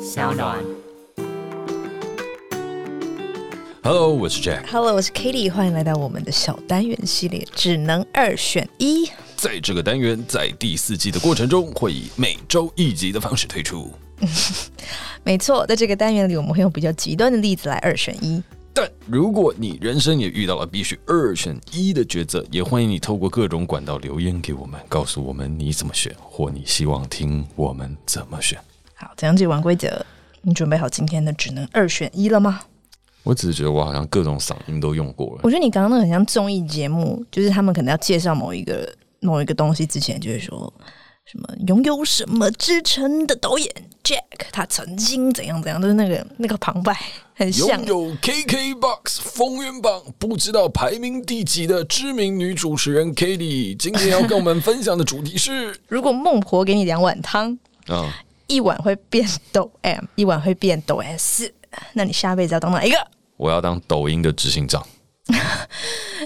小暖。 Hello，我是 Jack， Hello，我是 Kitty，欢迎来到我们的小单元系列，只能二选一。在这个单元在第四季的过程中，会以每周一集的方式推出，没错，在这个单元里，我们会用比较极端的例子来二选一。但如果你人生也遇到了必须二选一的抉择，也欢迎你透过各种管道留言给我们，告诉我们你怎么选，或你希望听我们怎么选。好，讲解完规则，你准备好今天的只能二选一了吗？我只是觉得我好像各种嗓音都用过了，我觉得你刚刚那个很像综艺节目，就是他们可能要介绍某一个某一个东西之前，就会说什么拥有什么支撑的导演 Jack，他曾经怎样怎样，就是那个那个旁白很像拥。有 KKBOX 风云榜不知道排名第几的知名女主持人 Katie，今天要跟我们分享的主题是，如果孟婆给你两碗汤，嗯，一碗会变抖 M，一碗会变抖 S，那你下辈子要当哪一个？我要当抖音的执行长，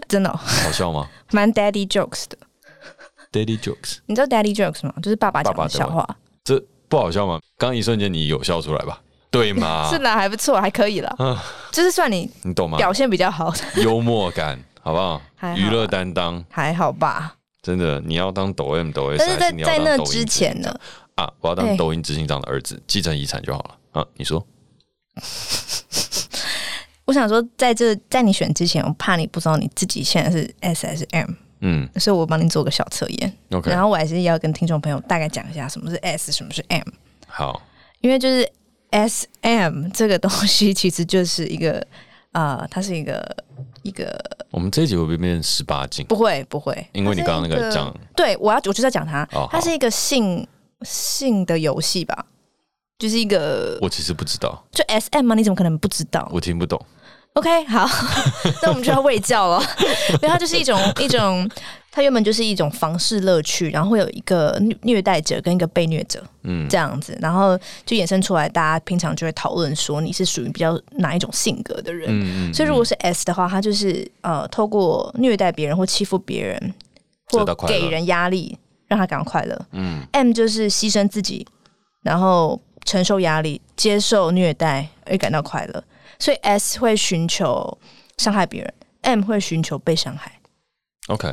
真的哦、 好笑吗蛮 daddy jokes 的。 ？Daddy jokes。你知道 daddy jokes 吗？就是爸爸讲爸爸的的笑话。这不好笑吗？刚一瞬间你有笑出来吧？对吗？是啦，还不错，还可以啦。啊就是算你你懂吗？表现比较啊好，幽默感好不好还？好娱乐担当，还好吧。真的，你要当抖 M 抖 S，但是还在是你要在当那抖音之执行前呢，啊，我要当哎抖音执行长的儿子，继承遗产就好了啊。你说我想说，在这在你选之前，我怕你不知道你自己现在是 S 还是 M，嗯所以我帮你做个小测验。 ，OK，然后我还是要跟听众朋友大概讲一下什么是 S，什么是 M。好，因为就是 S M 这个东西其实就是一个 呃，它是一个一个我们这一集会不会变十八禁？不会不会，因为你它是刚刚那个一讲，对我要我就在讲它哦好，它是一个性性的游戏吧，就是一个我其实不知道，就 S M 嘛，你怎么可能不知道我听不懂。 ？OK，好， 那我们就要喂教了， 因为它就是一种一种。它原本就是一种房事乐趣，然后会有一个虐虐待者跟一个被虐者，嗯这样子，然后就衍生出来，大家平常就会讨论说你是属于比较哪一种性格的人。嗯嗯，所以如果是 S 的话，他就是呃，透过虐待别人或欺负别人，得或到快乐给人压力，让他感到快乐。嗯 M 就是牺牲自己，然后承受压力、接受虐待而感到快乐。所以 S 会寻求伤害别人，M 会寻求被伤害。 OK，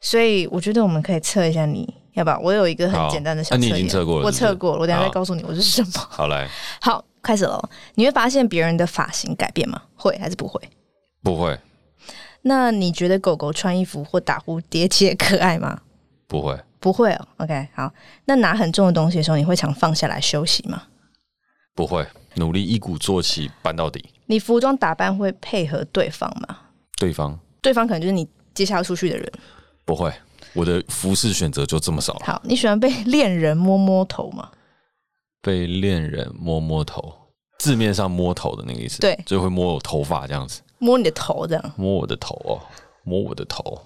所以我觉得我们可以测一下你，要不要？我有一个好很简单的小啊测你已验，经测过了我是不是测过了，我等一下再好告诉你我是什么。好来，好，开始喽。你会发现别人的发型改变吗？会还是不会？不会那你觉得狗狗穿衣服或打蝴蝶结可爱吗？ 不会，不会哦。OK，好。那拿很重的东西的时候，你会常放下来休息吗？不会，努力一鼓作气搬到底。你服装打扮会配合对方吗？对方对方可能就是你接下来出去的人。不会，我的服饰选择就这么少了。好，你喜欢被恋人摸摸头吗？被恋人摸摸头，字面上摸头的那个意思，对就会摸我头发这样子，摸你的头这样？摸我的头哦，摸我的头。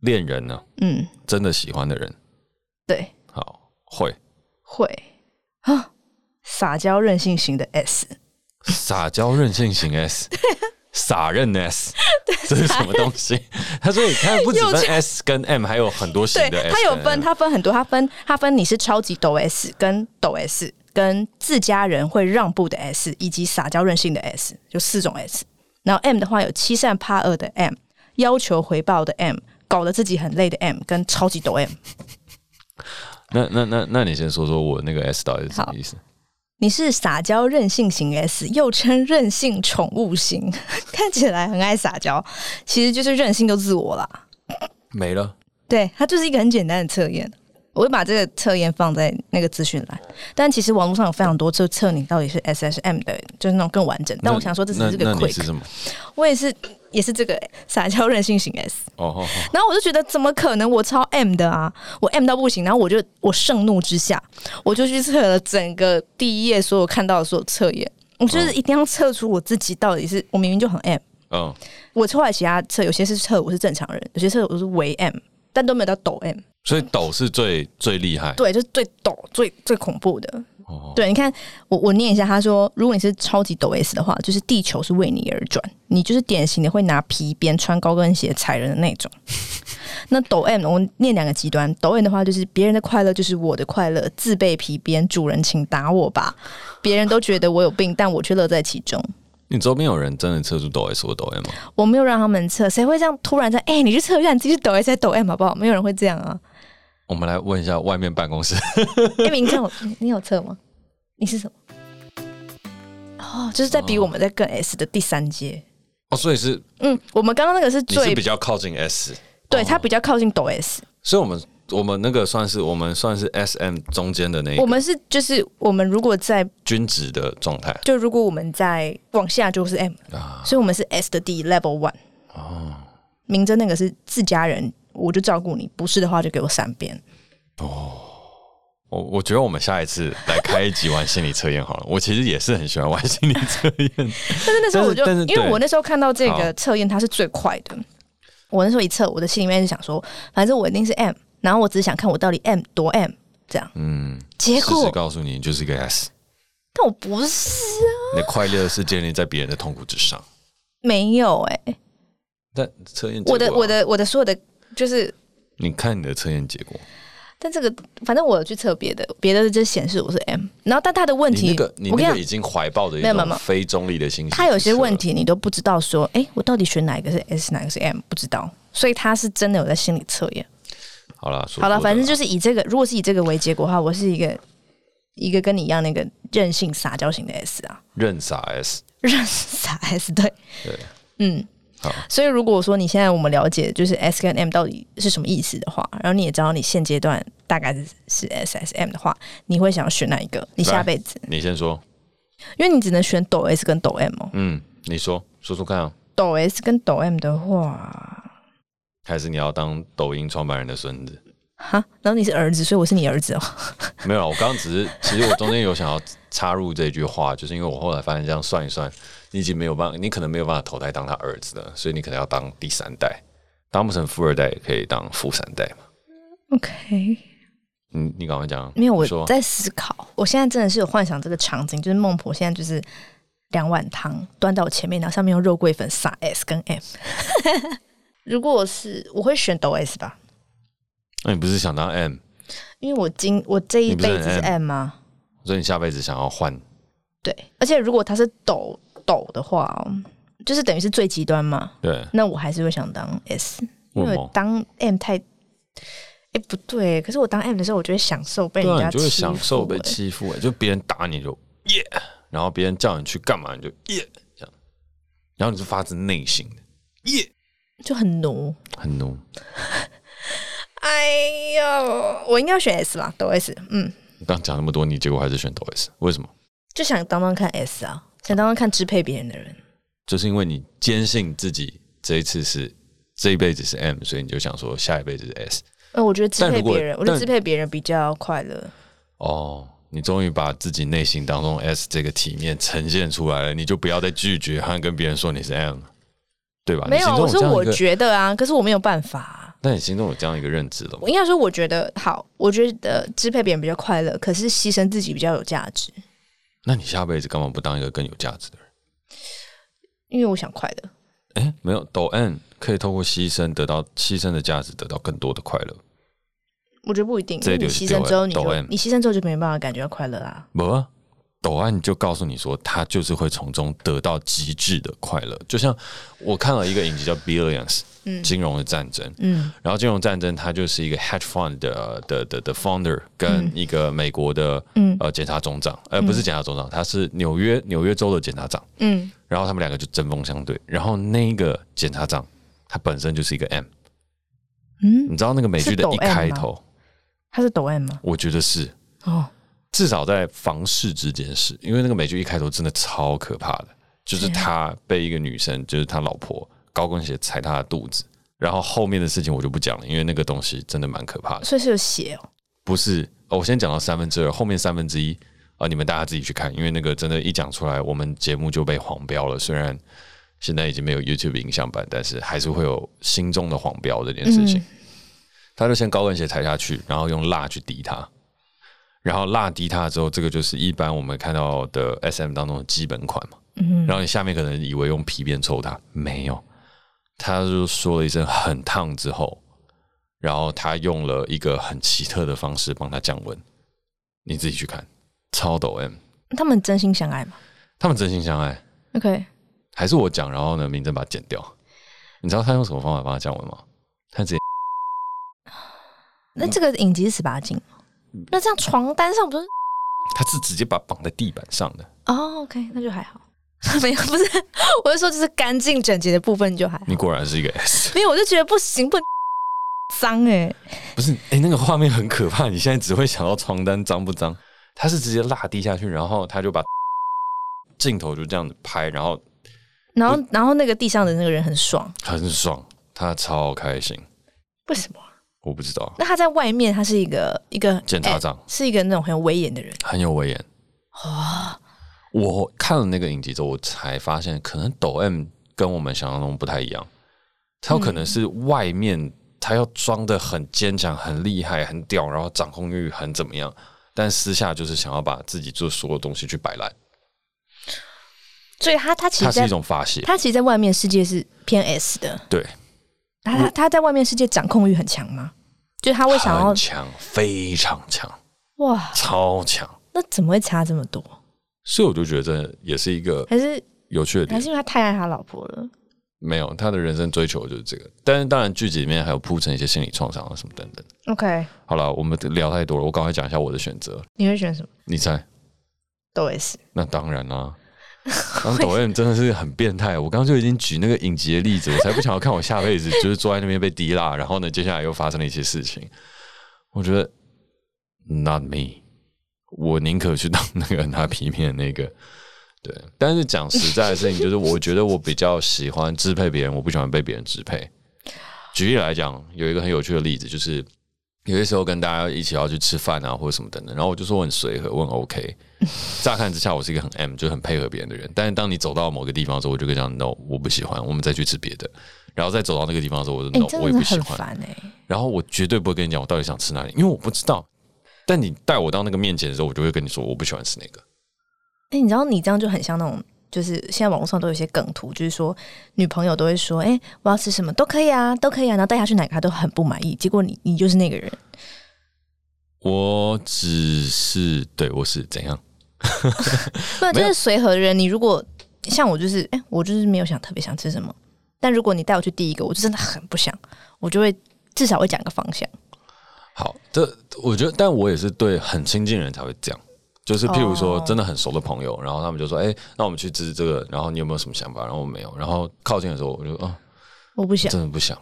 恋人呢，嗯，真的喜欢的人，对，好会会啊。撒娇任性型的 S，撒娇任性型 S，撒任 S，这是什么东西？他所以他不只又分去 S 跟 M，还有很多型对的 S，他有跟分， M 他分很多，他分他分你是超级抖 S 跟抖 S 跟自家人会让步的 S 以及撒娇任性的 S，就四种 S。然后 M 的话有欺善怕恶的 M，要求回报的 M，搞得自己很累的 M，跟超级抖 M。那那那那你先说说我那个 S 到底是什么好意思？你是撒娇任性型 S，又称任性宠物型， 看起来很爱撒娇，其实就是任性就自我啦。没了，对，它就是一个很简单的测验。我会把这个测验放在那个资讯栏，但其实网络上有非常多就测你到底是 S S M 的，就是那种更完整。那但我想说，这只是这那个那你是 quick，什么？我也是也是这个撒娇任性型 S，哦哦哦然后我就觉得怎么可能我超 M 的啊，我 M 到不行，然后我就我盛怒之下，我就去测了整个第一页所有看到的所有测验，我就是一定要测出我自己到底是我明明就很 M，嗯，我测来其他测有些是测我是正常人，有些测我是为 M，但都没有到抖 M。所以抖是最最厉害。对，就是最抖、最最恐怖的。哦，对，你看我我念一下，他说，如果你是超级抖 S 的话，就是地球是为你而转，你就是典型的会拿皮鞭穿高跟鞋踩人的那种。 那抖 M 我念两个极端，抖 M 的话就是别人的快乐就是我的快乐，自备皮鞭，主人请打我吧，别人都觉得我有病，但我却乐在其中。你周边有人真的测出抖 S 或抖 M 吗？我没有让他们测，谁会这样突然在哎、你去测一下，你自己去抖 S 再抖 M 好不好？没有人会这样啊。我们来问一下外面办公室，哎、明正，我你你有测吗？你是什么？哦，就是在比我们在更 S 的第三阶。 哦，所以是嗯，我们刚刚那个是你是最比较靠近 S，对，它比较靠近抖 S。所以我们我们那个算是我们算 是 S M 中间的那我个们是就是我们如果在均值的状态就如果我们在往下就是 M，、所以我们是 S 的第一 level one。啊哦明真那个是自家人，我就照顾你；不是的话就给我闪边。我我觉得我们下一次来开一集玩心理测验好了。 我其实也是很喜欢玩心理测验，但是那时候我就但是但是因为对我那时候看到这好个测验它是最快的，我那时候一测，我的心里面就想说，反正我一定是 M，然后我只是想看我到底 M 多 M 这样。嗯， 结事实果，告诉你，你就是一个 S，但我不是啊，你的快乐是建立在别人的痛苦之上。没有哎、但测验结果啊我的我，的我的所有的就是你看你的测验结果，但这个反正我有去测别的，别的就显示我是 M。然后，但他的问你题，那个你我跟那个你已讲，经怀抱着一没有没有没种有非中立的心情。他有些问，题你都不知道说，诶，我到底选哪一个是 S，哪个是 M，不知道。所以他是真的有在心理测验。好了，说好了，说的反正就是以这个，如果是以这个为结果的话，我是一个一个跟你一样那个任性撒娇型的 S 啊， 认傻 S，任傻 S 对，对，嗯好。所以如果说你现在我们了解就是 S 跟 M 到底是什么意思的话，然后你也知道你现阶段大概是是 S S M 的话，你会想要选哪一个？你下来辈子，你先说，因为你只能选抖 S 跟抖 M 哦。嗯，你说说说看啊，抖 S 跟抖 M 的话，还是你要当抖音创办人的孙子？哈，然后你是儿子，所以我是你儿子哦。 没有啦，我刚刚只是， 其实我中间有想要插入这句话，就是因为我后来发现这样算一算，你已经没有办法，你可能没有办法投胎当他儿子了，所以你可能要当第三代，当不成富二代也可以当富三代嘛。 OK，你你赶快讲，没有，你我说在思考，我现在真的是有幻想这个场景，就是孟婆现在就是两碗汤端到我前面，然后上面用肉桂粉撒 S 跟 M。如果我是，我会选抖 S 吧，那你不是想当 M，因为我今我这一你不是辈很子是 M？ M 吗？所以你下辈子想要换对，而且如果他是抖抖的话哦、就是等于是最极端嘛，对那我还是会想当 S。因为什为么？当 M 太，哎、不对，可是我当 M 的时候，我就会享受被对人啊，你就家欺负、会享受被哎欺负、欸，就别人打你就耶然后别人叫你去干嘛你就耶这样，然后你是发自内心的耶就很奴。很浓，哎呦，我应该要选 S 啦，抖 S，嗯，你刚讲那么多，你结果还是选抖 S，为什么？就想当当看 S 啊，想当当看支配别人的人。就是因为你坚信自己这一次是这一辈子是 M，所以你就想说下一辈子是 S。呃，我觉得支但配如果别人，我觉得但支配别人比较快乐。哦，你终于把自己内心当中 S 这个体面呈现出来了，你就不要再拒绝和跟别人说你是 M，对吧？没有，啊你心中我有说这样我一个，觉得啊，可是我没有办法啊、那你心中有这样一个认知了吗我？应该说，我觉得好，我觉得呃支配别人比较快乐，可是牺牲自己比较有价值，那你下辈子干嘛不当一个更有价值的人？因为我想快乐。哎，没有，抖 M 可以透过牺牲得到牺牲的价值，得到更多的快乐。我觉得不一定，因这为你就是牺丢牲了之后，你就抖 M 你牺牲之后就没办法感觉到快乐啦、不啊，抖案就告诉你说，他就是会从中得到极致的快乐。就像我看了一个影集叫《Billions》，金融的战争，嗯然后金融战争它就是一个 hedge fund 的的的的 founder 跟一个美国的、呃检察总长，呃不是检察总长，他是纽约纽约州的检察长，嗯，然后他们两个就针锋相对，然后那个检察长他本身就是一个 M，嗯你知道那个美剧是的抖一 M 吗开头，他是抖 M 吗？我觉得是。哦，至少在房事之间是，因为那个美剧一开头真的超可怕的，就是啊他被一个女生，就是他老婆高跟鞋踩他的肚子，然后后面的事情我就不讲了，因为那个东西真的蛮可怕的。所以是有血哦。不是，哦我先讲到三分之二，后面三分之一啊、呃你们大家自己去看，因为那个真的，一讲出来，我们节目就被黄标了。虽然现在已经没有 YouTube 影像版，但是还是会有心中的黄嗯标这件事情。他就先高跟鞋踩下去，然后用蜡去滴他，然后拉低它之后，这个就是一般我们看到的 SM 当中的基本款嘛。嗯，然后你下面可能以为用皮鞭抽它，没有，他就说了一声很烫之后，然后他用了一个很奇特的方式帮它降温，你自己去看，超抖 M，他们真心相爱嘛他们真心相爱， ？OK，还是我讲，然后呢，明真把它剪掉。你知道他用什么方法帮它降温吗？他直接嗯那这个影集是十八禁吗，那这样床单上不是？他是直接把绑在地板上的。哦，OK，那就还好。 没有，不是， 我是说就是干净整洁的部分就还好。你果然是一个 S，没有，我就觉得不行，不能 脏哎、不是？哎、那个画面很可怕。你 现在只会想到床单脏不脏，他是直接拉低下去，然后他就把 镜头就这样子拍，然后然后，然后那个地上的那个人很爽，很爽，他超开心。为什么？我不知道，那他在外面，他是一个一个检察长哎是一个那种很有威严的人。很有威严。我看了那个影集之后，我才发现，可能抖 M 跟我们想象中不太一样，他有可能是外面他要装的很坚强、很厉害、很屌，然后掌控欲很怎么样，但私下就是想要把自己做所有东西去摆烂，所以他他其它实是在一种发泄。他其实在外面世界是偏 S 的。对，嗯他他他在外面世界掌控欲很强吗？就是他会想要很强，非常强，哇，超强。那怎么会差这么多？所以我就觉得这也是一个还是有趣的点还。是因为他太爱他老婆了？没有，他的人生追求就是这个。但是当然，剧集里面还有铺陈一些心理创伤啊什么等等。 OK，好了，我们聊太多了，我赶快讲一下我的选择。你会选什么？你猜？都 S。那当然啦、 然后抖 M 真的是很变态，我刚刚就已经举那个影集的例子，我才不想要看我下辈子就是坐在那边被滴蜡，然后呢，接下来又发生了一些事情。我觉得 not me，我宁可去当那个拿皮面的那个。对，但是讲实在的事情，就是我觉得我比较喜欢支配别人，我不喜欢被别人支配。举例来讲，有一个很有趣的例子，就是有些时候跟大家一起要去吃饭啊，或者什么等等，然后我就说我很随和，我很 OK。乍 看之下，我是一个很 M，就是很配合别人的人。但是当你走到某个地方的时候，我就跟你讲 No，我不喜欢，我们再去吃别的。然后再走到那个地方的时候，我就哎、 No，、真我也的不喜很欢。烦哎、然后我绝对不会跟你讲我到底想吃哪里，因为我不知道。但你带我到那个面前的时候，我就会跟你说我不喜欢吃那个。哎、你知道你这样就很像那种，就是现在网络上都有一些梗图，就是说女朋友都会说，哎、我要吃什么都可以啊，都可以啊，然后带她去哪个她都很不满意，结果你你就是那个人，我只是对我是怎样？不然没就有是随和的人。你如果像我，就是哎、我就是没有想特别想吃什么，但如果你带我去第一个，我就真的很不想，我就会至少会讲个方向。好，这我觉得，但我也是对很亲近的人才会这样，就是譬如说哦真的很熟的朋友，然后他们就说：“哎、那我们去吃这个，然后你有没有什么想法？”然后我没有，然后靠近的时候我就哦，我不想，真的不想。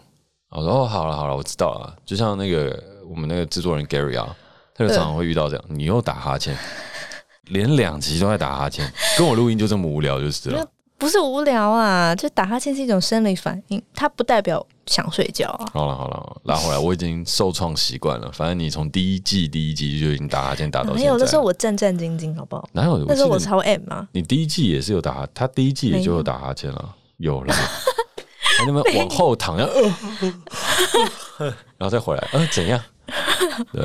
我说：“哦，好了好了，我知道了。”就像那个我们那个制作人 Gary 啊，他就嗯常常会遇到这样，你又打哈欠， 连两集都在打哈欠，跟我录音就这么无聊就是了。不是无聊啊，就打哈欠是一种生理反应，它不代表想睡觉啊。好了好了，拉回来，我已经受创习惯了。反正你从第一季第一集就已经打哈欠打到没现有，那在时候了，我战战兢兢，好不好？哪有？那时候我记得超 M 啊，你第一季也是有打哈，他第一季也就有打哈欠了，有了。 那你们往后躺，然后、呃 呃然后再回来，呃，怎样？对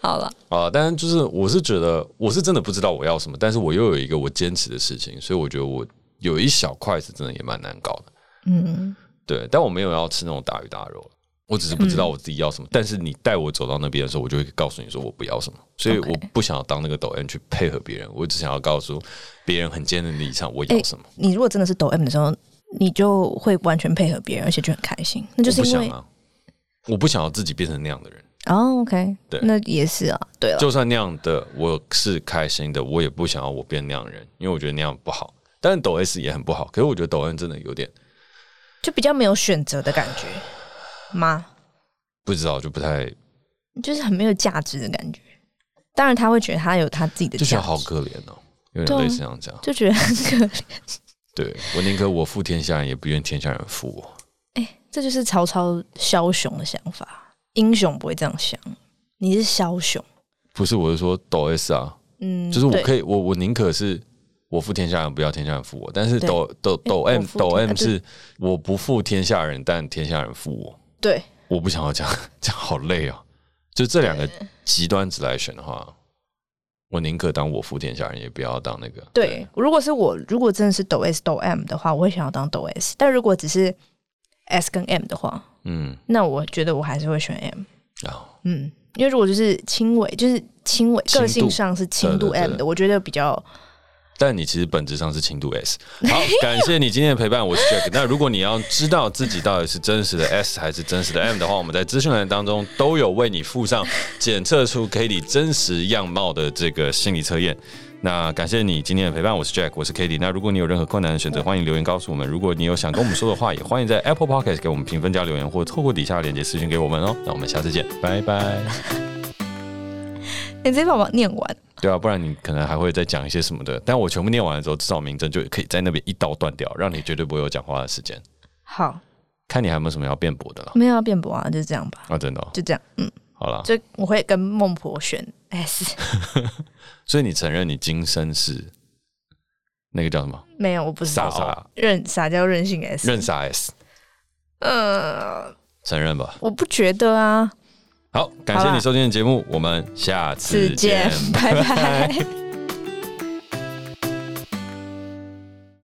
好了，啊，当然就是我是觉得我是真的不知道我要什么，但是我又有一个我坚持的事情，所以我觉得我有一小块是真的也蛮难搞的。嗯。对，但我没有要吃那种大鱼大肉，我只是不知道我自己要什嗯么。但是你带我走到那边的时候，我就会告诉你说我不要什么，所以 OK 我不想要当那个抖 M 去配合别人，我只想要告诉别人很坚定的立场我哎要什么。你如果真的是抖 M 的时候，你就会完全配合别人，而且就很开心。那哎就是我不因想为、啊，我不想要自己变成那样的人。哦，OK，对那也是啊，对了，就算那样的我是开心的，我也不想要我变那样的人，因为我觉得那样不好。但是抖 S 也很不好，可是我觉得抖 N 真的有点就比较没有选择的感觉吗？不知道，就不太就是很没有价值的感觉。当然，他会觉得他有他自己的就觉价得好值，可怜哦，有对点啊类似像这样。就觉得这个， 对我宁可我负天下人，也不愿天下人负我。这就是曹操枭雄的想法。英雄不会这样想，你是枭雄，不是，我是说抖 S 啊，嗯，就是我对可以，我我宁可是我负天下人，不要天下人负我。但是对抖抖抖哎 M 我负抖天 M 啊对是我不负天下人，但天下人负我。对， 我不想要这样，这样好累啊！就这两个极端值来选的话，我宁可当我夫天下人，也不要当那个。对，如果是我，如果真的是抖 S 抖 M 的话，我会想要当抖 S。但如果只是 S 跟 M 的话，嗯，那我觉得我还是会选 M。然后嗯，因为如果就是轻微，就是轻微，轻度个性上是轻对度对对 M 的，我觉得比较但你其实本质上是轻度 S。好，感谢你今天的陪伴，我是 Jack。那如果你要知道自己到底是真实的 S 还是真实的 M 的话，我们在资讯栏当中都有为你附上检测出 Kitty 真实样貌的这个心理测验。那感谢你今天的陪伴，我是 Jack，我是 Kitty。那如果你有任何困难的选择，欢迎留言告诉我们。如果你有想跟我们说的话，也欢迎在 Apple Podcast 给我们评分加留言，或透过底下的链接私讯给我们哦。那我们下次见，拜拜。你直接把我念完。对啊，不然你可能还会再讲一些什么的。但我全部念完了之后，至少明真就可以在那边一刀断掉，让你绝对不会有讲话的时间。好，看你还有没有什么要辩驳的了。没有要辩驳啊，就这样吧，啊，真的哦、就这样。嗯，好了。就我会跟孟婆选 S， 所以你承认你今生是那个叫什么没有，我不是傻傻傻任傻叫任性 S。认傻 S？嗯，承认吧。我不觉得啊。好，感谢好啦你收听的节目，我们下次次见见， 拜拜。